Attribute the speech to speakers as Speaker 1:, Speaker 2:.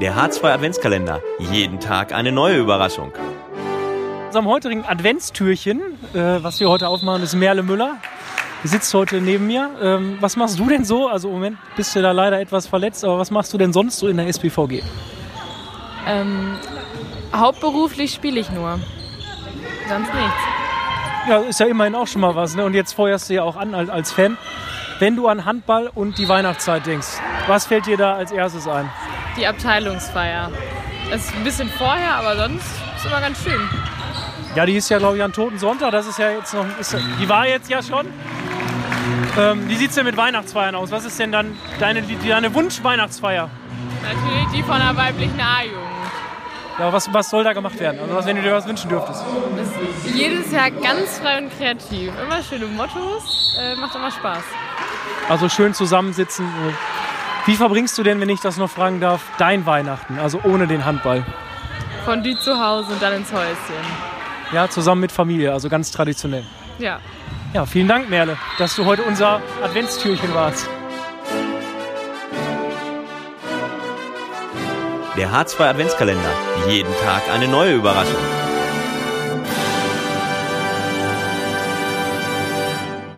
Speaker 1: Der H2 Adventskalender. Jeden Tag eine neue Überraschung.
Speaker 2: Am heutigen Adventstürchen, äh, was wir heute aufmachen, ist Merle Müller. Die sitzt heute neben mir. Ähm, was machst du denn so? Also im Moment bist du da leider etwas verletzt, aber was machst du denn sonst so in der SPVG?
Speaker 3: Ähm, hauptberuflich spiele ich nur. Sonst nichts.
Speaker 2: Ja, ist ja immerhin auch schon mal was. Ne? Und jetzt feuerst du ja auch an als, als Fan. Wenn du an Handball und die Weihnachtszeit denkst, was fällt dir da als erstes ein?
Speaker 3: Die Abteilungsfeier. Das ist ein bisschen vorher, aber sonst ist immer ganz schön.
Speaker 2: Ja, die ist ja, glaube ich, an Toten Sonntag. Das ist ja jetzt noch. Ist, die war jetzt ja schon. Ähm, wie sieht es denn mit Weihnachtsfeiern aus? Was ist denn dann deine, die- deine Wunsch-Weihnachtsfeier?
Speaker 3: Natürlich die von der weiblichen A-Jugend.
Speaker 2: Ja, was, was soll da gemacht werden? Also, was, wenn du dir was wünschen dürftest.
Speaker 3: Das ist jedes Jahr ganz frei und kreativ. Immer schöne Mottos. Äh, macht immer Spaß.
Speaker 2: Also, schön zusammensitzen. Wie verbringst du denn, wenn ich das noch fragen darf, dein Weihnachten? Also, ohne den Handball.
Speaker 3: Fondue zu Hause und dann ins Häuschen.
Speaker 2: Ja, zusammen mit Familie, also ganz traditionell.
Speaker 3: Ja.
Speaker 2: Ja, vielen Dank, Merle, dass du heute unser Adventstürchen warst.
Speaker 1: Der H2 Adventskalender. Jeden Tag eine neue Überraschung.